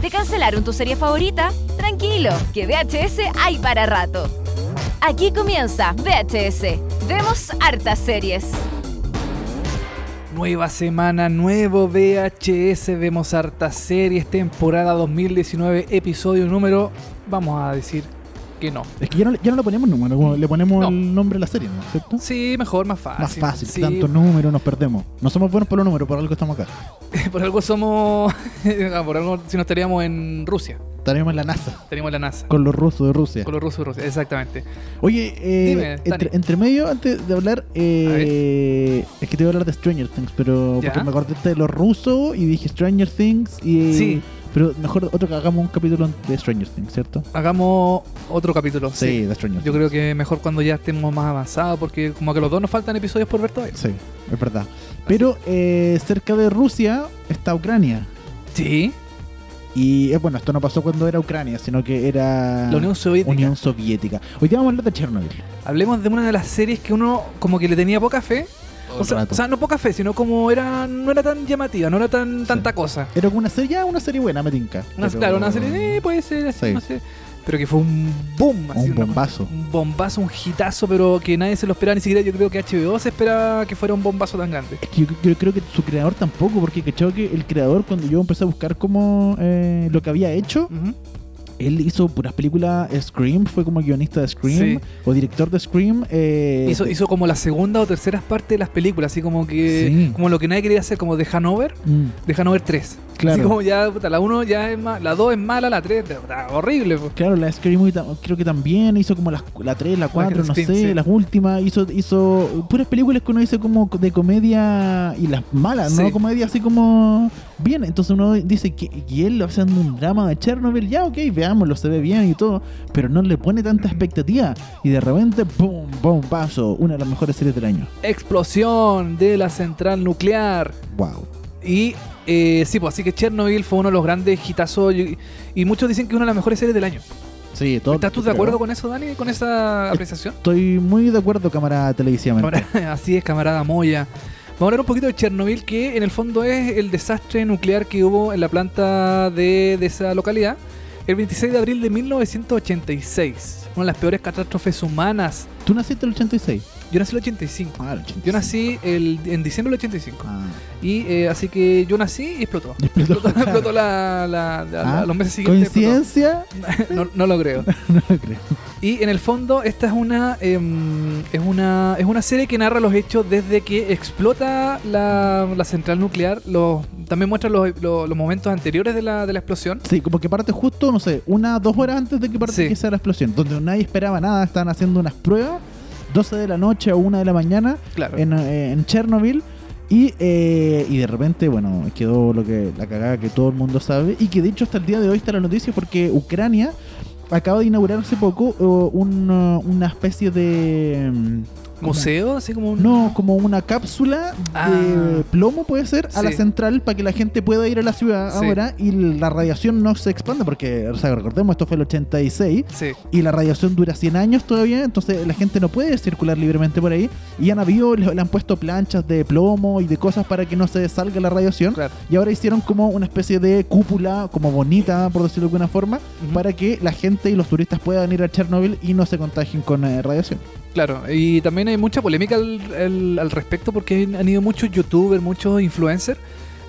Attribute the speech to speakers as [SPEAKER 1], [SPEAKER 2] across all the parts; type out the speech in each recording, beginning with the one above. [SPEAKER 1] ¿Te cancelaron tu serie favorita? Tranquilo, que VHS hay para rato. Aquí comienza VHS. Vemos hartas series.
[SPEAKER 2] Nueva semana, nuevo VHS, vemos hartas series, temporada 2019, episodio número, vamos a decir que no.
[SPEAKER 3] Es que ya no, le- ya no le ponemos número, como le ponemos
[SPEAKER 2] No.
[SPEAKER 3] el nombre a la serie, ¿no es cierto?
[SPEAKER 2] Sí, mejor, más fácil.
[SPEAKER 3] Más fácil,
[SPEAKER 2] Sí,
[SPEAKER 3] tanto número nos perdemos. No somos buenos por los números, por algo estamos acá.
[SPEAKER 2] por algo somos, por algo si no estaríamos en Rusia,
[SPEAKER 3] Estaremos en la NASA,
[SPEAKER 2] tenemos la NASA,
[SPEAKER 3] con los rusos de Rusia.
[SPEAKER 2] con los rusos y Rusia, exactamente.
[SPEAKER 3] Oye, eh,
[SPEAKER 2] Dime, Dani.
[SPEAKER 3] entre, entre medio, antes de hablar, eh, es que te iba a hablar de Stranger Things, pero
[SPEAKER 2] Ya.
[SPEAKER 3] porque me acordé de los rusos y dije Stranger Things y...
[SPEAKER 2] Sí.
[SPEAKER 3] Pero mejor otro que hagamos un capítulo de Stranger Things, ¿cierto?
[SPEAKER 2] Hagamos otro capítulo, sí.
[SPEAKER 3] de Stranger
[SPEAKER 2] Yo creo que mejor cuando ya estemos más avanzados, porque como que los dos nos faltan episodios por ver todavía.
[SPEAKER 3] Sí, es verdad. Pero eh, cerca de Rusia está Ucrania.
[SPEAKER 2] Sí,
[SPEAKER 3] Y eh, bueno, esto no pasó cuando era Ucrania, sino que era
[SPEAKER 2] la Unión Soviética.
[SPEAKER 3] Ah, Unión Soviética. Hoy día vamos a hablar de Chernobyl.
[SPEAKER 2] Hablemos de una de las series que uno como que le tenía poca fe. O
[SPEAKER 3] el
[SPEAKER 2] sea,
[SPEAKER 3] rato.
[SPEAKER 2] o sea, no poca fe, sino como era no era tan llamativa, no era tan tanta cosa.
[SPEAKER 3] Era como una serie, ya una serie buena, me tinca.
[SPEAKER 2] Una-
[SPEAKER 3] Pero-
[SPEAKER 2] Claro, una serie, eh, puede ser así,
[SPEAKER 3] Sí.
[SPEAKER 2] no sé. Pero que fue un boom. así,
[SPEAKER 3] Un
[SPEAKER 2] una-
[SPEAKER 3] bombazo.
[SPEAKER 2] un bombazo, un hitazo, pero que nadie se lo esperaba, ni siquiera yo creo que HBO se esperaba que fuera un bombazo tan grande.
[SPEAKER 3] Es que yo, yo creo que su creador tampoco, porque cachado que el creador, cuando yo empecé a buscar como eh, lo que había hecho,
[SPEAKER 2] Ujú.
[SPEAKER 3] él hizo puras películas Scream, fue como guionista de Scream,
[SPEAKER 2] Sí.
[SPEAKER 3] o director de Scream. eh,
[SPEAKER 2] Hizo, hizo como la segunda o tercera parte de las películas, así como que
[SPEAKER 3] Sí.
[SPEAKER 2] como lo que nadie quería hacer, como de Hanover,
[SPEAKER 3] Mm,
[SPEAKER 2] de Hanover 3. Así
[SPEAKER 3] claro.
[SPEAKER 2] como ya, puta, la 1 ya es ma- la 2 es mala, la 3 está horrible. po.
[SPEAKER 3] Claro, la Scream y tam- creo que también hizo como las, la 3, la 4, no
[SPEAKER 2] Scream,
[SPEAKER 3] sé,
[SPEAKER 2] sí.
[SPEAKER 3] las últimas. Hizo, hizo puras películas que uno dice como de comedia y las malas,
[SPEAKER 2] Sí.
[SPEAKER 3] ¿no? Comedia así como bien. Entonces uno dice que y él lo hace haciendo un drama de Chernobyl. Ya, ok, veámoslo, se ve bien y todo. Pero no le pone tanta expectativa. Y de repente, ¡pum! ¡pum! Paso. Una de las mejores series del año.
[SPEAKER 2] explosión de la central nuclear.
[SPEAKER 3] ¡Wow!
[SPEAKER 2] Y eh, sí, pues así que Chernobyl fue uno de los grandes hitazos y, y muchos dicen que es una de las mejores series del año.
[SPEAKER 3] Sí, todo.
[SPEAKER 2] ¿Estás tú de acuerdo con eso, Dani? ¿Con esa apreciación?
[SPEAKER 3] Estoy muy de acuerdo, cámara televisiva.
[SPEAKER 2] Ahora, así es, camarada Moya. Vamos a hablar un poquito de Chernobyl, que en el fondo es el desastre nuclear que hubo en la planta de, de esa localidad el 26 de abril de 1986. Una de las peores catástrofes humanas.
[SPEAKER 3] Tú naciste en el 86.
[SPEAKER 2] Yo nací en el 85.
[SPEAKER 3] Ah, el 85.
[SPEAKER 2] Yo nací el- en diciembre del 85.
[SPEAKER 3] Ah,
[SPEAKER 2] Y eh, así que yo nací y explotó.
[SPEAKER 3] explotó,
[SPEAKER 2] Explotó,
[SPEAKER 3] claro.
[SPEAKER 2] explotó la, la- la-
[SPEAKER 3] Ah,
[SPEAKER 2] los meses siguientes. explotó.
[SPEAKER 3] ¿Coincidencia?
[SPEAKER 2] No, no lo creo.
[SPEAKER 3] No lo creo.
[SPEAKER 2] Y en el fondo, esta es una, em, es una es una serie que narra los hechos desde que explota la, la central nuclear. Los, también muestra los, los- los momentos anteriores de la, de la explosión.
[SPEAKER 3] Sí, como que parte justo, no sé, una, dos horas antes de que parte
[SPEAKER 2] Sí.
[SPEAKER 3] que sea la explosión, donde nadie esperaba nada, estaban haciendo unas pruebas, 12 de la noche a 1 de la mañana
[SPEAKER 2] Claro.
[SPEAKER 3] en, eh, en Chernobyl. Y, eh, y de repente, bueno, quedó lo que la cagada que todo el mundo sabe. Y que de hecho hasta el día de hoy está la noticia porque Ucrania acaba de inaugurar hace poco eh, un, eh, una especie de... mm,
[SPEAKER 2] Museo, así como un.
[SPEAKER 3] No, como una cápsula
[SPEAKER 2] Ah.
[SPEAKER 3] de plomo puede ser a la
[SPEAKER 2] Sí.
[SPEAKER 3] central para que la gente pueda ir a la ciudad
[SPEAKER 2] Sí.
[SPEAKER 3] ahora y la radiación no se expande porque, o sea, recordemos, esto fue el 86
[SPEAKER 2] Sí.
[SPEAKER 3] y la radiación dura 100 años todavía, entonces la gente no puede circular libremente por ahí y han habido, le, le han puesto planchas de plomo y de cosas para que no se salga la radiación
[SPEAKER 2] Claro.
[SPEAKER 3] y ahora hicieron como una especie de cúpula, como bonita, por decirlo de alguna forma,
[SPEAKER 2] Ujú.
[SPEAKER 3] para que la gente y los turistas puedan ir a Chernobyl y no se contagien con eh, radiación.
[SPEAKER 2] Claro, y también hay mucha polémica al, al- al respecto porque han ido muchos youtubers, muchos influencers.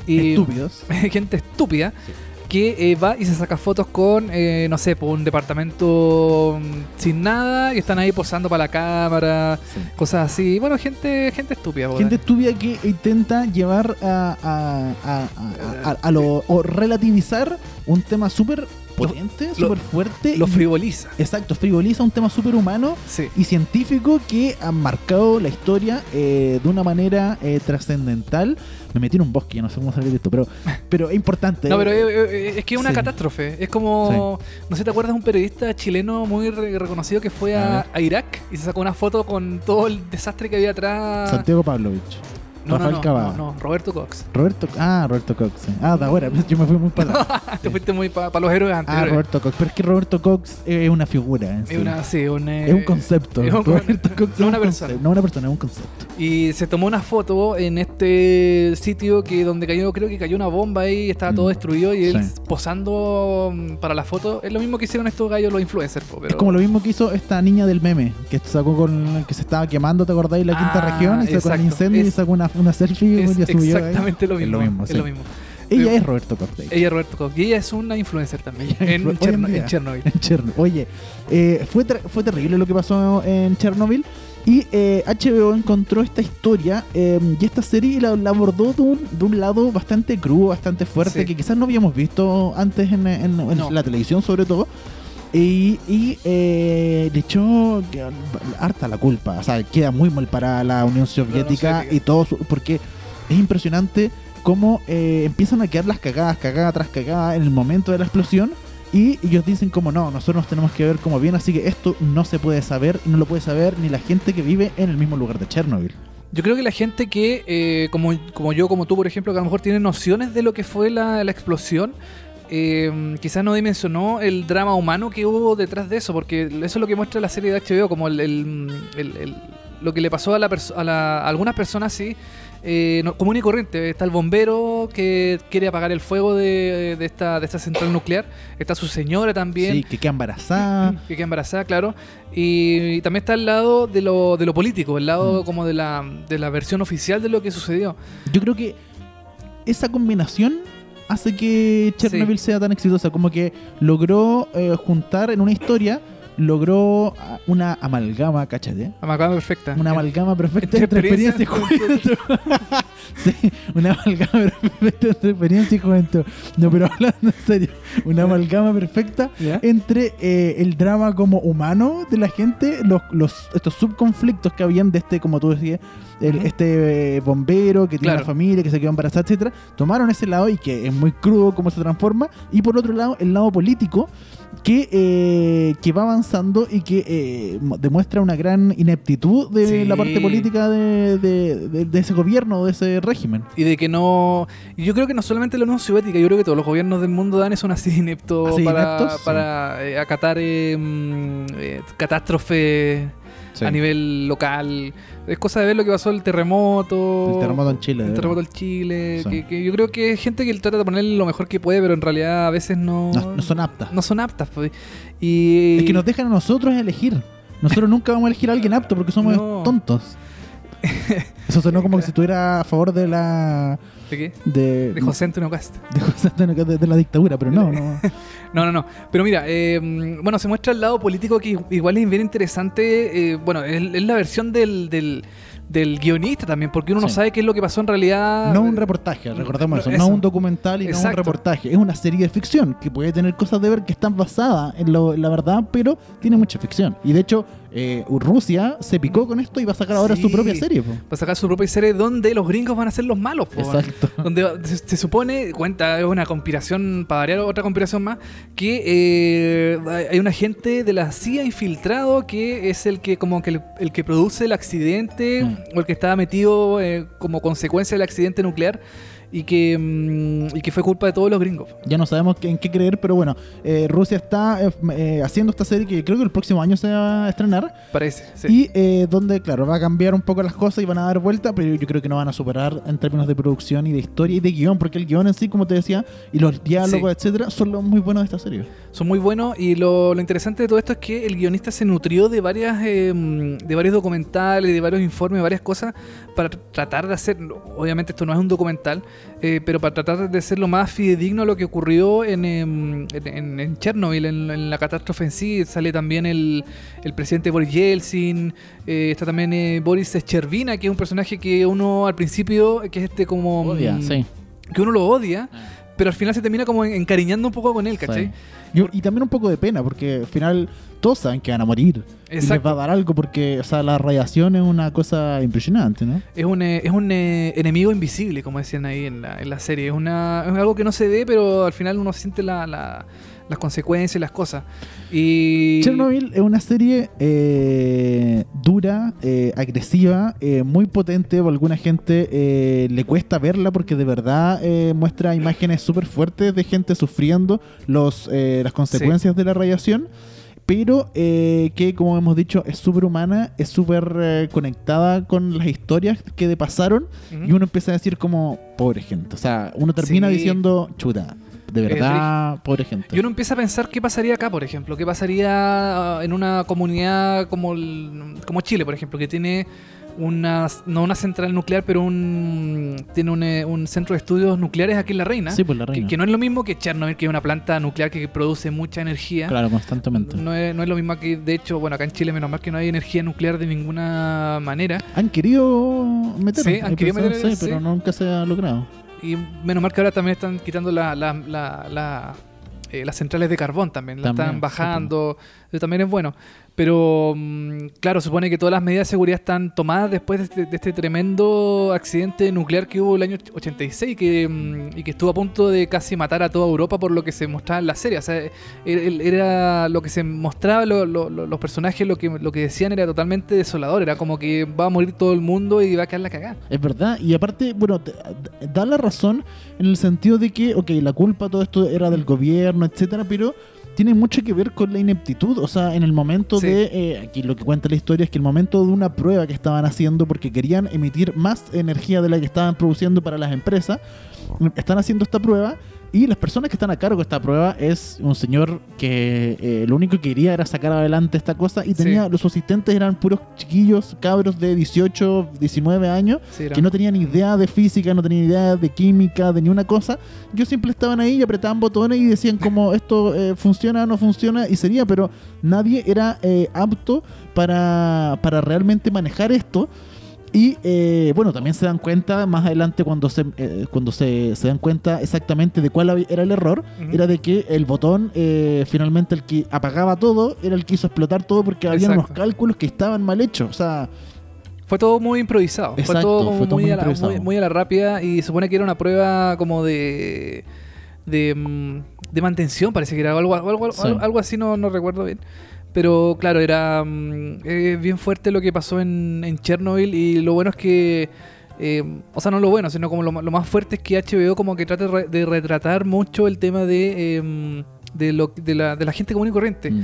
[SPEAKER 2] Y
[SPEAKER 3] Estúpidos.
[SPEAKER 2] gente estúpida que eh, va y se saca fotos con, eh, no sé, por un departamento mm, sin nada y están ahí posando para la cámara,
[SPEAKER 3] Sí.
[SPEAKER 2] cosas así. Bueno, gente gente estúpida. po, eh.
[SPEAKER 3] Gente
[SPEAKER 2] Dani.
[SPEAKER 3] estúpida que intenta llevar a, a- a- a- a- a- a lo, o relativizar un tema súper potente, súper fuerte.
[SPEAKER 2] Lo
[SPEAKER 3] y-
[SPEAKER 2] frivoliza.
[SPEAKER 3] Exacto, frivoliza un tema súper humano
[SPEAKER 2] Sí.
[SPEAKER 3] y científico que ha marcado la historia eh, de una manera eh, trascendental. Me metí en un bosque, ya no sé cómo salir de esto, pero, pero es importante.
[SPEAKER 2] No, pero eh, eh, es que es una
[SPEAKER 3] Sí.
[SPEAKER 2] catástrofe. Es como, no sé, ¿te acuerdas de un periodista chileno muy re- reconocido que fue
[SPEAKER 3] A
[SPEAKER 2] a,
[SPEAKER 3] ver.
[SPEAKER 2] a Irak y se sacó una foto con todo el desastre que había atrás?
[SPEAKER 3] Santiago Pavlovich.
[SPEAKER 2] No, no,
[SPEAKER 3] Rafael
[SPEAKER 2] no,
[SPEAKER 3] Cavada.
[SPEAKER 2] no, no, Roberto Cox.
[SPEAKER 3] Roberto, ah, Roberto Cox. sí. Ah, da, bueno, yo me fui muy para atrás.
[SPEAKER 2] Ah, Te fuiste muy para los héroes
[SPEAKER 3] Ah,
[SPEAKER 2] anteriores.
[SPEAKER 3] Roberto Cox. Pero es que Roberto Cox eh, es una figura. en sí.
[SPEAKER 2] Es una- sí, un, eh,
[SPEAKER 3] Es un concepto.
[SPEAKER 2] es un-
[SPEAKER 3] Roberto Cox es
[SPEAKER 2] no
[SPEAKER 3] un
[SPEAKER 2] una persona.
[SPEAKER 3] concepto. No una persona, es un concepto.
[SPEAKER 2] Y se tomó una foto en este sitio que donde cayó, creo que cayó una bomba ahí, estaba
[SPEAKER 3] Mm.
[SPEAKER 2] todo destruido y él
[SPEAKER 3] Sí.
[SPEAKER 2] posando mm, para la foto. Es lo mismo que hicieron estos gallos los influencers, po, pero...
[SPEAKER 3] Es como lo mismo que hizo esta niña del meme, que sacó con que se estaba quemando, ¿te acordáis? La quinta
[SPEAKER 2] Ah,
[SPEAKER 3] región, y sacó el
[SPEAKER 2] exacto.
[SPEAKER 3] incendio y
[SPEAKER 2] Es-
[SPEAKER 3] sacó una, una selfie y
[SPEAKER 2] es
[SPEAKER 3] la subió. ahí.
[SPEAKER 2] exactamente lo
[SPEAKER 3] Es
[SPEAKER 2] mismo.
[SPEAKER 3] lo mismo,
[SPEAKER 2] es
[SPEAKER 3] sí.
[SPEAKER 2] lo mismo.
[SPEAKER 3] Ella es Roberto Cox. de hecho.
[SPEAKER 2] Ella es Roberto Cox. Y ella es una influencer también.
[SPEAKER 3] Ella es
[SPEAKER 2] en,
[SPEAKER 3] influ- hoy en
[SPEAKER 2] Cherno-
[SPEAKER 3] día.
[SPEAKER 2] en Chernobyl.
[SPEAKER 3] En Chernobyl. Oye, eh, fue, ter- fue terrible lo que pasó en Chernobyl. Y eh, HBO encontró esta historia eh, y esta serie la, la abordó de un, de un lado bastante crudo, bastante fuerte,
[SPEAKER 2] Sí.
[SPEAKER 3] que quizás no habíamos visto antes en, en- en
[SPEAKER 2] No.
[SPEAKER 3] la televisión sobre todo. Y, y, eh, le echó que- harta la culpa. O sea, queda muy mal para la Unión Soviética
[SPEAKER 2] Soviética.
[SPEAKER 3] y todo. su- porque es impresionante cómo eh, empiezan a quedar las cagadas, cagada tras cagada en el momento de la explosión. Y ellos dicen como no, nosotros nos tenemos que ver como bien, así que esto no se puede saber, y no lo puede saber ni la gente que vive en el mismo lugar de Chernobyl.
[SPEAKER 2] Yo creo que la gente que, eh, como, como yo, como tú, por ejemplo, que a lo mejor tiene nociones de lo que fue la, la explosión, eh, quizás no dimensionó el drama humano que hubo detrás de eso, porque eso es lo que muestra la serie de HBO, como el, el- el- el- lo que le pasó a, la perso- a, la- a algunas personas, sí, eh, no- común y corriente. Está el bombero que quiere apagar el fuego de, de esta, de esta central nuclear, está su señora también.
[SPEAKER 3] Sí, que queda embarazada.
[SPEAKER 2] Que queda embarazada, claro. Y, y también está el lado de lo, de lo político, el lado
[SPEAKER 3] Mm.
[SPEAKER 2] como de la, de la versión oficial de lo que sucedió.
[SPEAKER 3] Yo creo que esa combinación hace que Chernobyl sea tan exitosa, como que logró eh, juntar en una historia, logró ah, una amalgama, cachate.
[SPEAKER 2] Amalgama perfecta.
[SPEAKER 3] Una
[SPEAKER 2] Eh,
[SPEAKER 3] amalgama perfecta
[SPEAKER 2] Entre
[SPEAKER 3] entre experiencia y
[SPEAKER 2] experiencia
[SPEAKER 3] juventud. sí, una amalgama perfecta entre experiencia y juventud. No, pero hablando en serio, una amalgama perfecta
[SPEAKER 2] ¿ya?
[SPEAKER 3] entre eh, el drama como humano de la gente, los, los- estos subconflictos que habían de este, como tú decías, el-
[SPEAKER 2] Ujú.
[SPEAKER 3] este eh, bombero que tiene
[SPEAKER 2] Claro.
[SPEAKER 3] una familia, que se quedó embarazada, etcétera, tomaron ese lado y que es muy crudo cómo se transforma, y por otro lado, el lado político que, eh, que va avanzando y que eh, mo- demuestra una gran ineptitud de
[SPEAKER 2] Sí.
[SPEAKER 3] la parte política de, de- de- de ese gobierno, de ese régimen.
[SPEAKER 2] Y de que no. y Yo creo que no solamente la Unión Soviética, yo creo que todos los gobiernos del mundo dan son así ineptos
[SPEAKER 3] Así
[SPEAKER 2] para,
[SPEAKER 3] ineptos, ¿Ah, sí.
[SPEAKER 2] para, eh, acatar eh, mm, eh, catástrofes a nivel local. Es cosa de ver lo que pasó el terremoto.
[SPEAKER 3] El terremoto en Chile,
[SPEAKER 2] El
[SPEAKER 3] de
[SPEAKER 2] terremoto en Chile.
[SPEAKER 3] Sí.
[SPEAKER 2] Que, que yo creo que es gente que trata de ponerle lo mejor que puede, pero en realidad a veces no.
[SPEAKER 3] No, no son aptas.
[SPEAKER 2] no son aptas. pues. Y
[SPEAKER 3] Es que nos dejan a nosotros elegir. Nosotros nunca vamos a elegir a alguien apto porque somos
[SPEAKER 2] No.
[SPEAKER 3] tontos. Eso sonó como que si estuviera a favor de la.
[SPEAKER 2] ¿De qué?
[SPEAKER 3] de.
[SPEAKER 2] De José Antonio Cast.
[SPEAKER 3] de José Antonio- de- de la dictadura, pero no, no.
[SPEAKER 2] No, no, no. Pero mira, eh, bueno, se muestra el lado político que igual es bien interesante. eh, bueno, es, es la versión del, del, del guionista también, porque uno no
[SPEAKER 3] Sí.
[SPEAKER 2] sabe qué es lo que pasó en realidad.
[SPEAKER 3] No un reportaje, recordemos
[SPEAKER 2] Ah, no,
[SPEAKER 3] eso,
[SPEAKER 2] eso.
[SPEAKER 3] No un documental y no un
[SPEAKER 2] Exacto.
[SPEAKER 3] reportaje. Es una serie de ficción que puede tener cosas de ver que están basadas en, lo- en la verdad, pero tiene mucha ficción. Y de hecho, eh, Rusia se picó con esto y va a sacar ahora
[SPEAKER 2] Sí.
[SPEAKER 3] su propia serie. po.
[SPEAKER 2] Para sacar su propia serie donde los gringos van a ser los malos. po.
[SPEAKER 3] Exacto.
[SPEAKER 2] Donde se, se supone, cuenta, es una conspiración, para variar otra conspiración más, que eh, hay- hay un agente de la CIA infiltrado que es el que como que el, el que produce el accidente
[SPEAKER 3] Mm.
[SPEAKER 2] o el que estaba metido eh, como consecuencia del accidente nuclear y que, mm, y que fue culpa de todos los gringos.
[SPEAKER 3] Ya no sabemos qué- en qué creer, pero bueno, eh, Rusia está eh, eh, haciendo esta serie que creo que el próximo año se va a estrenar.
[SPEAKER 2] Parece. sí.
[SPEAKER 3] Y eh, donde, claro, va a cambiar un poco las cosas y van a dar vuelta, pero yo creo que no van a superar en términos de producción y de historia y de guión, porque el guión en sí, como te decía, y los diálogos, etcétera, son los muy buenos de esta serie.
[SPEAKER 2] Son muy buenos y lo, lo interesante de todo esto es que el guionista se nutrió de varias eh, de varios documentales, de varios informes, de varias cosas para tr- tratar de hacer, obviamente esto no es un documental, eh, pero para tratar de ser lo más fidedigno a lo que ocurrió en, eh, en, en- en Chernobyl, en, en la catástrofe en sí. Sale también el, el presidente Boris Yeltsin, eh, está también eh, Boris Chervina, que es un personaje que uno al principio, que es este como... mm, Que uno lo odia. Pero al final se termina como encariñando un poco con él, ¿cachai?
[SPEAKER 3] Sí. Yo- y también un poco de pena, porque al final todos saben que van a morir. Y les va
[SPEAKER 2] Exacto.
[SPEAKER 3] a dar algo porque, o sea, la radiación es una cosa impresionante, ¿no?
[SPEAKER 2] Es un, eh, es un eh, enemigo invisible, como decían ahí en la, en la serie. Es, una, es algo que no se ve, pero al final uno siente la- la- las consecuencias y las cosas. Y.
[SPEAKER 3] Chernobyl es una serie eh, dura, eh, agresiva, eh, muy potente. A alguna gente eh, le cuesta verla porque de verdad eh, muestra imágenes súper fuertes de gente sufriendo los, eh, las consecuencias de la radiación. Pero eh, que, como hemos dicho, es súper humana, es súper eh, conectada con las historias que le pasaron.
[SPEAKER 2] Ujú.
[SPEAKER 3] Y uno empieza a decir como, pobre gente. O sea, uno termina
[SPEAKER 2] Sí.
[SPEAKER 3] diciendo, chuta, de
[SPEAKER 2] Es
[SPEAKER 3] verdad, pobre gente.
[SPEAKER 2] Y uno empieza a pensar qué pasaría acá, por ejemplo, qué pasaría ah, en una comunidad como, el- como Chile, por ejemplo, que tiene una, no una central nuclear, pero un, tiene un, eh, un centro de estudios nucleares aquí en La Reina,
[SPEAKER 3] Sí, por la
[SPEAKER 2] que-
[SPEAKER 3] reina.
[SPEAKER 2] Que, no es lo mismo que Chernobyl, que es una planta nuclear que produce mucha energía.
[SPEAKER 3] Claro, constantemente.
[SPEAKER 2] No es, no es lo mismo que, de hecho, bueno, acá en Chile menos mal que no hay energía nuclear de ninguna manera.
[SPEAKER 3] Han querido meter,
[SPEAKER 2] Sí, han querido
[SPEAKER 3] personas,
[SPEAKER 2] meter,
[SPEAKER 3] sí, pero
[SPEAKER 2] sí.
[SPEAKER 3] nunca se ha logrado.
[SPEAKER 2] Y menos mal que ahora también están quitando la, la- la- la- eh, las centrales de carbón también, la
[SPEAKER 3] También,
[SPEAKER 2] están bajando, eso también es bueno. Pero mm, claro, supone que todas las medidas de seguridad están tomadas después de este, de este tremendo accidente nuclear que hubo el año 86 que, mm, y que estuvo a punto de casi matar a toda Europa por lo que se mostraba en la serie. O sea, era- era lo que se mostraba, lo- lo- lo- los personajes, lo que, lo que decían era totalmente desolador. Era como que va a morir todo el mundo y va a quedar la cagada.
[SPEAKER 3] Es verdad, y aparte, bueno, te- da la razón en el sentido de que, ok, la culpa, todo esto era del gobierno, etcétera, pero tiene mucho que ver con la ineptitud. O sea, en el momento
[SPEAKER 2] Sí.
[SPEAKER 3] de. eh, aquí lo que cuenta la historia es que el momento de una prueba que estaban haciendo porque querían emitir más energía de la que estaban produciendo para las empresas, están haciendo esta prueba. Y las personas que están a cargo de esta prueba es un señor que eh, lo único que quería era sacar adelante esta cosa y
[SPEAKER 2] Sí.
[SPEAKER 3] tenía los asistentes eran puros chiquillos, cabros de 18, 19 años
[SPEAKER 2] Sí, era-
[SPEAKER 3] que no tenían idea de física, no tenían idea de química, de ni una cosa. Yo siempre estaban ahí y apretaban botones y decían como esto eh, funciona, no funciona y sería, pero nadie era eh, apto para, para realmente manejar esto. Y eh, bueno, también se dan cuenta más adelante cuando se eh, cuando se, se dan cuenta exactamente de cuál había- era el error,
[SPEAKER 2] Ujú.
[SPEAKER 3] era de que el botón eh, finalmente el que apagaba todo era el que hizo explotar todo porque había unos
[SPEAKER 2] Exacto.
[SPEAKER 3] cálculos que estaban mal hechos. O sea,
[SPEAKER 2] Fue todo muy improvisado. fue
[SPEAKER 3] Exacto,
[SPEAKER 2] todo, como
[SPEAKER 3] fue todo
[SPEAKER 2] muy,
[SPEAKER 3] muy
[SPEAKER 2] a la,
[SPEAKER 3] improvisado.
[SPEAKER 2] muy- muy a la rápida y supone que era una prueba como de. de, mm, de mantención, parece que era algo, algo, algo,
[SPEAKER 3] Sí.
[SPEAKER 2] algo- algo así, no, no recuerdo bien. Pero claro, era mm, eh, bien fuerte lo que pasó en, en Chernobyl y lo bueno es que. eh, o sea, no lo bueno, sino como lo, ma- lo más fuerte es que HBO como que trata de re- de retratar mucho el tema de, em, de, lo, de, la, de la gente común y corriente
[SPEAKER 3] mm,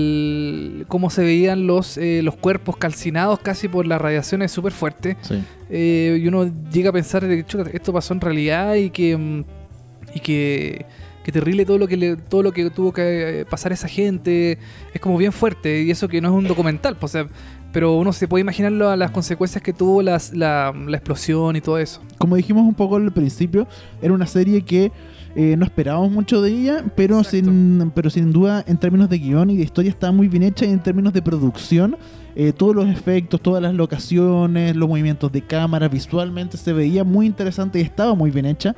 [SPEAKER 2] el cómo se veían los, eh, los cuerpos calcinados casi por las radiaciones súper fuertes.
[SPEAKER 3] sí.
[SPEAKER 2] Eh, y uno llega a pensar de que esto pasó en realidad y que. mm, Y que. que terrible todo lo que le- todo lo que tuvo que eh, pasar esa gente. Es como bien fuerte. Y eso que no es un documental. pues, o sea, pero uno se puede imaginar lo- las consecuencias que tuvo las- la, la explosión y todo eso.
[SPEAKER 3] como dijimos un poco al principio, era una serie que eh, no esperábamos mucho de ella, pero
[SPEAKER 2] Exacto.
[SPEAKER 3] sin, pero sin duda en términos de guión y de historia estaba muy bien hecha y en términos de producción, eh, todos los efectos, todas las locaciones, los movimientos de cámara, visualmente se veía muy interesante y estaba muy bien hecha.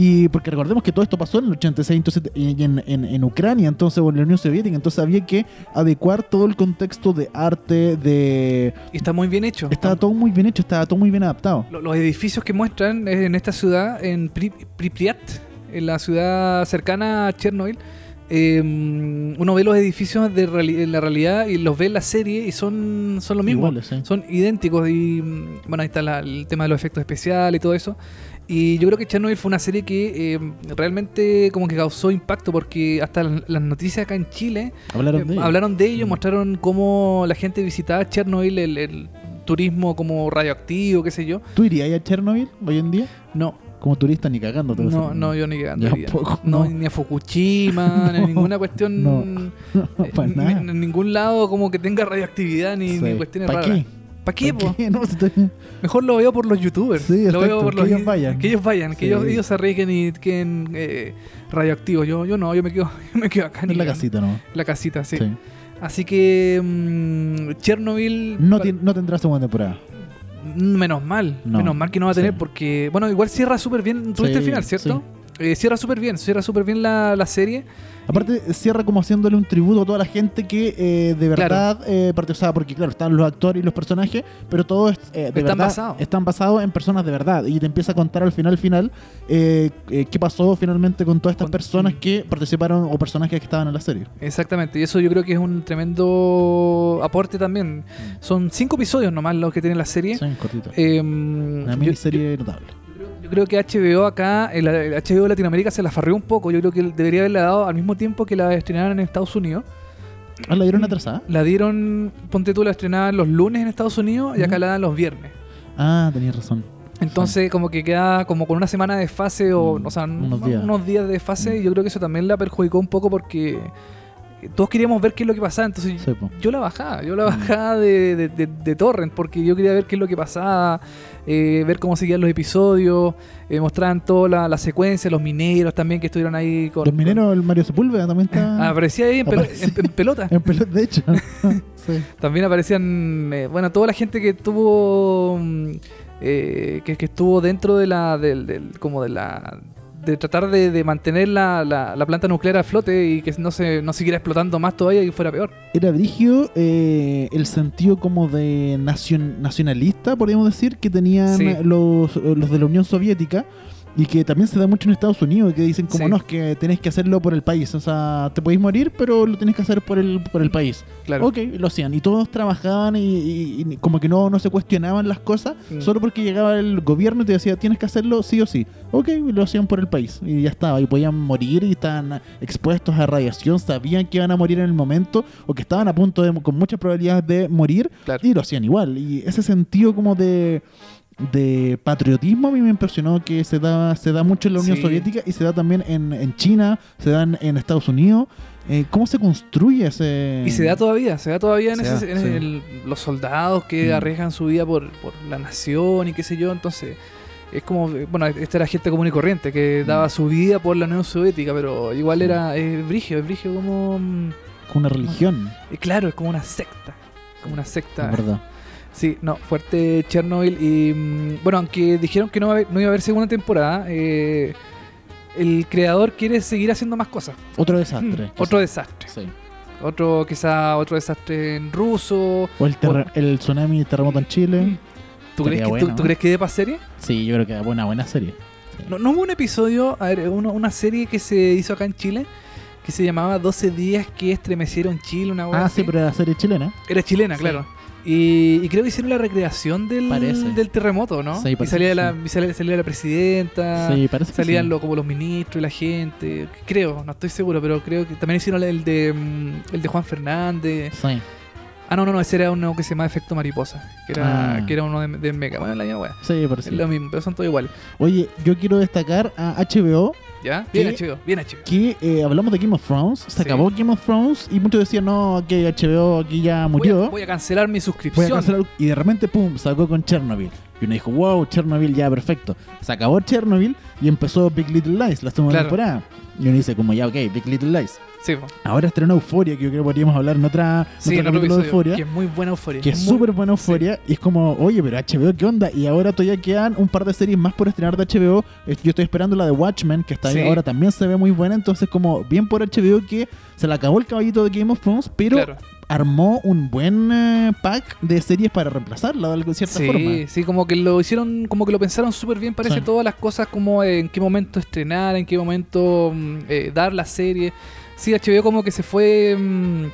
[SPEAKER 3] Y porque recordemos que todo esto pasó en el 86 entonces, eh, y en, en- en Ucrania, entonces, o en la Unión Soviética, entonces había que adecuar todo el contexto de arte, de...
[SPEAKER 2] Y está muy bien hecho.
[SPEAKER 3] Estaba todo muy bien hecho, estaba todo muy bien adaptado.
[SPEAKER 2] Lo- Los edificios que muestran es en esta ciudad, en Pri- Pripyat, en la ciudad cercana a Chernobyl, eh, uno ve los edificios de reali- en la realidad y los ve en la serie y son, son lo mismo.
[SPEAKER 3] Iguales, sí.
[SPEAKER 2] Son idénticos y mm, bueno, ahí está la- el tema de los efectos especiales y todo eso. Y yo creo que Chernobyl fue una serie que eh, realmente como que causó impacto porque hasta las las noticias acá en Chile
[SPEAKER 3] Hablaron
[SPEAKER 2] eh,
[SPEAKER 3] de ello.
[SPEAKER 2] Hablaron de ello,
[SPEAKER 3] Mm.
[SPEAKER 2] mostraron cómo la gente visitaba Chernobyl, el, el turismo como radioactivo, qué sé yo.
[SPEAKER 3] ¿Tú irías a Chernobyl hoy en día?
[SPEAKER 2] No,
[SPEAKER 3] Como turista ni cagando. te vas a
[SPEAKER 2] no,
[SPEAKER 3] ir.
[SPEAKER 2] no, yo ni cagando
[SPEAKER 3] Yo
[SPEAKER 2] iría.
[SPEAKER 3] tampoco,
[SPEAKER 2] No,
[SPEAKER 3] no.
[SPEAKER 2] ni a Fukushima, ni a
[SPEAKER 3] No,
[SPEAKER 2] ninguna cuestión.
[SPEAKER 3] no,
[SPEAKER 2] eh,
[SPEAKER 3] para
[SPEAKER 2] ni-
[SPEAKER 3] nada.
[SPEAKER 2] ni en ningún lado como que tenga radioactividad ni, ni cuestiones
[SPEAKER 3] ¿Para
[SPEAKER 2] raras.
[SPEAKER 3] qué?
[SPEAKER 2] ¿Para qué?
[SPEAKER 3] ¿Pa'
[SPEAKER 2] po?
[SPEAKER 3] qué? No, si estoy-
[SPEAKER 2] Mejor lo veo por los youtubers.
[SPEAKER 3] Sí,
[SPEAKER 2] lo veo
[SPEAKER 3] exacto,
[SPEAKER 2] por
[SPEAKER 3] que
[SPEAKER 2] los,
[SPEAKER 3] ellos vayan.
[SPEAKER 2] Que ellos vayan, que
[SPEAKER 3] Sí.
[SPEAKER 2] ellos, ellos se arriesguen y queden eh, radioactivos. Yo, yo no, yo me quedo, yo me quedo acá. ni
[SPEAKER 3] en la
[SPEAKER 2] cagando.
[SPEAKER 3] casita, ¿no?
[SPEAKER 2] La casita, sí.
[SPEAKER 3] Sí.
[SPEAKER 2] Así que mm, Chernobyl...
[SPEAKER 3] No,
[SPEAKER 2] pa-
[SPEAKER 3] tien- no tendrá segunda temporada.
[SPEAKER 2] Menos mal,
[SPEAKER 3] No.
[SPEAKER 2] menos mal que no va a tener
[SPEAKER 3] Sí.
[SPEAKER 2] porque, bueno, igual cierra súper bien. ¿Tuviste
[SPEAKER 3] Sí,
[SPEAKER 2] el final, cierto?
[SPEAKER 3] sí.
[SPEAKER 2] Eh, cierra súper bien, cierra súper bien la, la serie.
[SPEAKER 3] Aparte, cierra como haciéndole un tributo a toda la gente que eh, de
[SPEAKER 2] Claro.
[SPEAKER 3] verdad eh, parte- o sea, porque claro, están los actores y los personajes, pero todos eh, de
[SPEAKER 2] Están
[SPEAKER 3] verdad
[SPEAKER 2] basados.
[SPEAKER 3] están basados en personas de verdad. Y te empieza a contar al final, final, eh, eh, qué pasó finalmente con todas estas
[SPEAKER 2] Con-
[SPEAKER 3] personas que participaron o personajes que estaban en la serie.
[SPEAKER 2] Exactamente, y eso yo creo que es un tremendo aporte también. Son cinco episodios nomás los que tiene la serie.
[SPEAKER 3] Mm. Sí, cortito.
[SPEAKER 2] Em,
[SPEAKER 3] Una
[SPEAKER 2] yo-
[SPEAKER 3] miniserie notable.
[SPEAKER 2] Yo creo que HBO acá, el, el HBO de Latinoamérica se la farrió un poco. Yo creo que debería haberla dado al mismo tiempo que la estrenaron en Estados Unidos.
[SPEAKER 3] Ah, la dieron atrasada.
[SPEAKER 2] La dieron, ponte tú, la estrenaban los lunes en Estados Unidos y acá
[SPEAKER 3] Ujú.
[SPEAKER 2] la dan los viernes.
[SPEAKER 3] Ah, tenías razón.
[SPEAKER 2] Entonces como que queda como con una semana de fase o,
[SPEAKER 3] Mm,
[SPEAKER 2] o sea,
[SPEAKER 3] unos
[SPEAKER 2] unos días,
[SPEAKER 3] días. Mm.
[SPEAKER 2] de fase y yo creo que eso también la perjudicó un poco porque eh, todos queríamos ver qué es lo que pasaba. Entonces
[SPEAKER 3] Sí, Mm. po.
[SPEAKER 2] yo la bajaba, yo la bajaba de, de, de- de Torrent, porque yo quería ver qué es lo que pasaba, eh, ver cómo seguían los episodios, eh, mostraban toda la, la secuencia, los mineros también que estuvieron ahí con...
[SPEAKER 3] Los mineros, el Mario Sepúlveda también
[SPEAKER 2] con-
[SPEAKER 3] está
[SPEAKER 2] aparecía ahí en, pelo-
[SPEAKER 3] Aparecía.
[SPEAKER 2] en- en pelota.
[SPEAKER 3] en pelota, de hecho. sí.
[SPEAKER 2] También aparecían, eh, bueno, toda la gente que estuvo... mm, eh, que, que estuvo dentro de la... del- del- como de la de tratar de, de mantener la, la- la planta nuclear a flote y que no se no siguiera explotando más todavía y fuera peor.
[SPEAKER 3] era brigio eh, el sentido como de nacion- nacionalista, podríamos decir, que tenían
[SPEAKER 2] Sí.
[SPEAKER 3] los, eh, los de la Unión Soviética y que también se da mucho en Estados Unidos, que dicen como
[SPEAKER 2] Sí.
[SPEAKER 3] no, es que tenés que hacerlo por el país, o sea, te podéis morir, pero lo tenés que hacer por el, por el país.
[SPEAKER 2] Claro.
[SPEAKER 3] Ok, lo hacían, y todos trabajaban y, y- y como que no, no se cuestionaban las cosas,
[SPEAKER 2] Mm.
[SPEAKER 3] solo porque llegaba el gobierno y te decía, tienes que hacerlo sí o sí. Ok, y lo hacían por el país, y ya estaba, y podían morir y estaban expuestos a radiación, sabían que iban a morir en el momento, o que estaban a punto de, con muchas probabilidades de morir,
[SPEAKER 2] Claro.
[SPEAKER 3] y lo hacían igual. Y ese sentido como de de patriotismo a mí me impresionó que se da se da mucho en la Unión
[SPEAKER 2] Sí.
[SPEAKER 3] Soviética y se da también en, en China se dan en Estados Unidos Eh, cómo se construye ese
[SPEAKER 2] Y se da todavía, se da todavía en,
[SPEAKER 3] Mm. Se
[SPEAKER 2] ese-
[SPEAKER 3] da,
[SPEAKER 2] en
[SPEAKER 3] sí.
[SPEAKER 2] el- los soldados que
[SPEAKER 3] Mm.
[SPEAKER 2] arriesgan su vida por, por la nación y qué sé yo. Entonces, es como, eh, bueno, esta era gente común y corriente que
[SPEAKER 3] Mm.
[SPEAKER 2] daba su vida por la Unión Soviética, pero igual
[SPEAKER 3] Sí.
[SPEAKER 2] era, es brigio, es brigio como, mm,
[SPEAKER 3] con una religión
[SPEAKER 2] eh, claro, es como una secta, como una secta.
[SPEAKER 3] es verdad
[SPEAKER 2] Sí, no, fuerte Chernobyl. Y mm, bueno, aunque dijeron que no, va a haber- no iba a haber segunda temporada, eh, el creador quiere seguir haciendo más cosas.
[SPEAKER 3] otro desastre
[SPEAKER 2] Mm,
[SPEAKER 3] quizá.
[SPEAKER 2] Otro desastre.
[SPEAKER 3] Sí.
[SPEAKER 2] Otro, quizá, otro desastre en ruso.
[SPEAKER 3] o el, terre- el tsunami y terremoto en
[SPEAKER 2] Mm.
[SPEAKER 3] Chile
[SPEAKER 2] ¿Tú crees,
[SPEAKER 3] Estaría
[SPEAKER 2] que,
[SPEAKER 3] bueno,
[SPEAKER 2] tú, tú
[SPEAKER 3] ¿eh?
[SPEAKER 2] crees que dé para serie?
[SPEAKER 3] sí yo creo que fue una buena serie
[SPEAKER 2] No, no hubo un episodio, a ver, uno- una serie que se hizo acá en Chile que se llamaba 12 días que estremecieron Chile, una hueá
[SPEAKER 3] ah
[SPEAKER 2] así.
[SPEAKER 3] sí pero era serie chilena
[SPEAKER 2] Era chilena,
[SPEAKER 3] Sí.
[SPEAKER 2] claro. Y, y creo que hicieron la recreación del,
[SPEAKER 3] Parece.
[SPEAKER 2] del terremoto, ¿no?
[SPEAKER 3] Sí,
[SPEAKER 2] y
[SPEAKER 3] parece
[SPEAKER 2] salía
[SPEAKER 3] que
[SPEAKER 2] la, y salía, salía la presidenta,
[SPEAKER 3] sí parece que
[SPEAKER 2] Ah, salían
[SPEAKER 3] sí.
[SPEAKER 2] lo- como los ministros y la gente. Creo, no estoy seguro, pero creo que también hicieron el de, mm, el de Juan Fernández.
[SPEAKER 3] sí
[SPEAKER 2] Ah, no, no, no, ese era uno que se llama Efecto Mariposa, que era,
[SPEAKER 3] Ah. Pues
[SPEAKER 2] que era uno de, de Mega. Bueno, la misma hueá.
[SPEAKER 3] sí, parece
[SPEAKER 2] Es lo mismo, pero son todos iguales.
[SPEAKER 3] oye yo quiero destacar a HBO
[SPEAKER 2] ¿Ya? Bien
[SPEAKER 3] Sí.
[SPEAKER 2] HBO, bien HBO.
[SPEAKER 3] que eh, hablamos de Game of Thrones, se
[SPEAKER 2] Sí.
[SPEAKER 3] acabó Game of Thrones y muchos decían, no, que HBO aquí ya
[SPEAKER 2] Voy a-
[SPEAKER 3] murió.
[SPEAKER 2] Voy a, cancelar mi
[SPEAKER 3] Voy
[SPEAKER 2] suscripción.
[SPEAKER 3] a cancelar. Y de repente, pum, sacó con Chernobyl. Y uno dijo, wow, Chernobyl ya perfecto. Se acabó Chernobyl y empezó Big Little Lies, la segunda
[SPEAKER 2] Claro.
[SPEAKER 3] temporada. Y uno dice, como ya, ok, Big Little Lies.
[SPEAKER 2] Sí, po.
[SPEAKER 3] Ahora estrenó Euforia, que yo creo que podríamos hablar en otra, en
[SPEAKER 2] sí,
[SPEAKER 3] otro
[SPEAKER 2] en otro
[SPEAKER 3] capítulo de
[SPEAKER 2] episodio,
[SPEAKER 3] Euforia.
[SPEAKER 2] Que es muy buena euforia.
[SPEAKER 3] Que es
[SPEAKER 2] muy-
[SPEAKER 3] súper buena euforia. Y es como, oye, pero HBO, ¿qué onda? Y ahora todavía quedan un par de series más por estrenar de HBO. Eh, Yo estoy esperando la de Watchmen, que está ahí
[SPEAKER 2] Sí.
[SPEAKER 3] ahora también se ve muy buena. Entonces, como bien por HBO que se le acabó el caballito de Game of Thrones, pero
[SPEAKER 2] Claro.
[SPEAKER 3] armó un buen eh, pack de series para reemplazarla de alguna cierta
[SPEAKER 2] sí,
[SPEAKER 3] forma.
[SPEAKER 2] sí, como que lo hicieron, como que lo pensaron súper bien, parece
[SPEAKER 3] Sí.
[SPEAKER 2] todas las cosas, como en qué momento estrenar, en qué momento mm, eh, dar la serie. Sí, HBO como que se fue mm,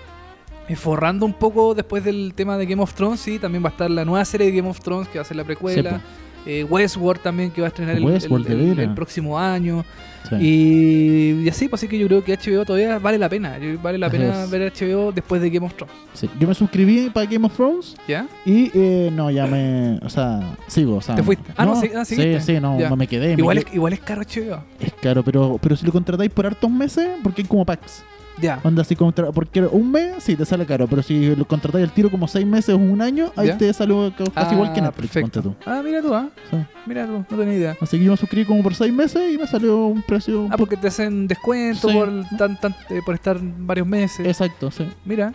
[SPEAKER 2] eh, forrando un poco después del tema de Game of Thrones, sí, también va a estar la nueva serie de Game of Thrones, que va a ser la precuela. Eh, Westworld también, que va a estrenar el- el-
[SPEAKER 3] Westworld, de
[SPEAKER 2] el-
[SPEAKER 3] veras.
[SPEAKER 2] el próximo año.
[SPEAKER 3] Sí.
[SPEAKER 2] Y, y así, pues así que yo creo que HBO todavía vale la pena. Yo- Vale la
[SPEAKER 3] Así
[SPEAKER 2] pena
[SPEAKER 3] es.
[SPEAKER 2] ver HBO después de Game of Thrones.
[SPEAKER 3] Sí. Yo me suscribí para Game of Thrones
[SPEAKER 2] ¿Ya?
[SPEAKER 3] y eh, no, ya me. O sea, sigo. O sea,
[SPEAKER 2] ¿Te fuiste? Ah, no, sí- ah,
[SPEAKER 3] sí,
[SPEAKER 2] seguiste.
[SPEAKER 3] sí, no,
[SPEAKER 2] Ya.
[SPEAKER 3] no me quedé. me
[SPEAKER 2] Igual
[SPEAKER 3] quedé-
[SPEAKER 2] es, igual es caro HBO.
[SPEAKER 3] es caro, pero, pero si lo contratáis por hartos meses, porque hay como packs.
[SPEAKER 2] Ya.
[SPEAKER 3] Onda así contra- porque un mes sí te sale caro, pero si lo contratas el tiro como seis meses o un año, ahí
[SPEAKER 2] Ya.
[SPEAKER 3] te sale ca- casi igual que
[SPEAKER 2] Ah,
[SPEAKER 3] Netflix,
[SPEAKER 2] perfecto.
[SPEAKER 3] ponte
[SPEAKER 2] Ah, mira tú, ah.
[SPEAKER 3] tú. Sí.
[SPEAKER 2] Mira tú, no tenía idea.
[SPEAKER 3] Así que yo me suscribí como por seis meses y me salió un precio un
[SPEAKER 2] Ah,
[SPEAKER 3] poco-
[SPEAKER 2] porque te hacen descuento
[SPEAKER 3] Sí.
[SPEAKER 2] por, tan, tan- eh, por estar varios meses.
[SPEAKER 3] exacto, sí.
[SPEAKER 2] Mira.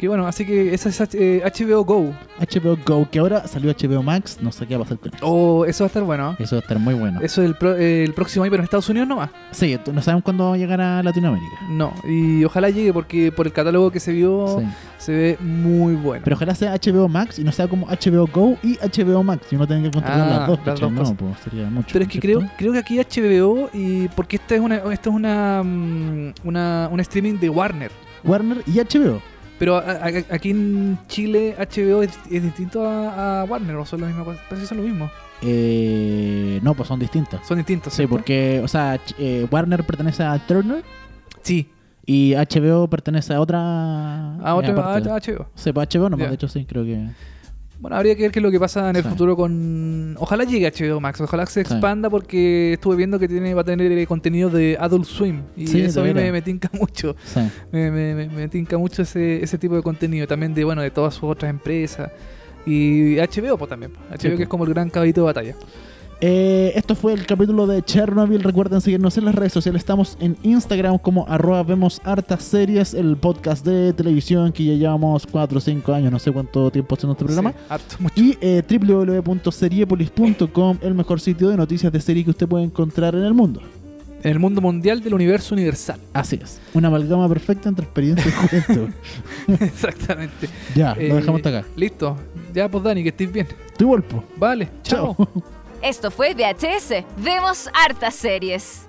[SPEAKER 2] Que bueno, así que esa es eh, HBO Go.
[SPEAKER 3] HBO Go, que ahora salió HBO Max, no sé qué va a pasar con eso.
[SPEAKER 2] Oh, eso va a estar bueno.
[SPEAKER 3] Eso va a estar muy bueno.
[SPEAKER 2] Eso es el, pro- eh, el próximo año, pero en Estados Unidos nomás.
[SPEAKER 3] Sí, tú- no sabemos cuándo va a llegar a Latinoamérica.
[SPEAKER 2] No, y ojalá llegue porque por el catálogo que se vio
[SPEAKER 3] Sí.
[SPEAKER 2] se ve muy bueno.
[SPEAKER 3] Pero ojalá sea HBO Max y no sea como HBO Go y HBO Max. Si uno tenga que controlar
[SPEAKER 2] Ah,
[SPEAKER 3] las dos,
[SPEAKER 2] las
[SPEAKER 3] ¿cachai?
[SPEAKER 2] dos
[SPEAKER 3] no,
[SPEAKER 2] cosas.
[SPEAKER 3] pues sería mucho.
[SPEAKER 2] Pero es que creo,
[SPEAKER 3] ¿cierto?
[SPEAKER 2] creo que aquí HBO, y porque esta es una, esto es una, mm, una, un streaming de Warner.
[SPEAKER 3] Warner y HBO.
[SPEAKER 2] Pero a- a- a- aquí en Chile HBO es, es distinto a, a Warner, o son la misma cosa. Parece que son lo mismo.
[SPEAKER 3] Eh, no, pues son distintas.
[SPEAKER 2] Son distintos.
[SPEAKER 3] Sí,
[SPEAKER 2] ¿cierto?
[SPEAKER 3] porque, o sea, ch- eh, Warner pertenece a Turner
[SPEAKER 2] Sí,
[SPEAKER 3] y HBO pertenece a otra.
[SPEAKER 2] a otro
[SPEAKER 3] eh, aparte.
[SPEAKER 2] a- a HBO.
[SPEAKER 3] Sí, pues HBO nomás,
[SPEAKER 2] Ya.
[SPEAKER 3] de hecho sí, creo que.
[SPEAKER 2] Bueno, habría que ver qué es lo que pasa en el
[SPEAKER 3] Sí.
[SPEAKER 2] futuro con. Ojalá llegue HBO Max, ojalá se
[SPEAKER 3] Sí.
[SPEAKER 2] expanda porque estuve viendo que tiene va a tener eh, contenido de Adult Swim y
[SPEAKER 3] Sí,
[SPEAKER 2] eso a
[SPEAKER 3] de
[SPEAKER 2] mí me,
[SPEAKER 3] veras.
[SPEAKER 2] me tinca mucho.
[SPEAKER 3] Sí.
[SPEAKER 2] Me, me- me- me tinca mucho ese, ese tipo de contenido también de bueno de todas sus otras empresas y HBO pues también. HBO
[SPEAKER 3] pues.
[SPEAKER 2] que es como el gran caballito de batalla.
[SPEAKER 3] Eh, esto fue el capítulo de Chernobyl. Recuerden seguirnos en las redes sociales. Estamos en Instagram como arroba vemos hartas series, el podcast de televisión que ya llevamos 4 o 5 años, no sé cuánto tiempo haciendo este programa.
[SPEAKER 2] Sí, harto, mucho.
[SPEAKER 3] Y eh, www.seriepolis.com, el mejor sitio de noticias de serie que usted puede encontrar en el mundo.
[SPEAKER 2] En el mundo mundial del universo universal.
[SPEAKER 3] Así es. Una amalgama perfecta entre experiencia y juventud.
[SPEAKER 2] Exactamente.
[SPEAKER 3] ya, Ah, lo
[SPEAKER 2] Eh,
[SPEAKER 3] dejamos hasta acá.
[SPEAKER 2] Listo. Ya pues Dani, que estés bien.
[SPEAKER 3] Tu golpe.
[SPEAKER 2] Vale, chao.
[SPEAKER 1] Esto fue VHS. Vemos hartas series.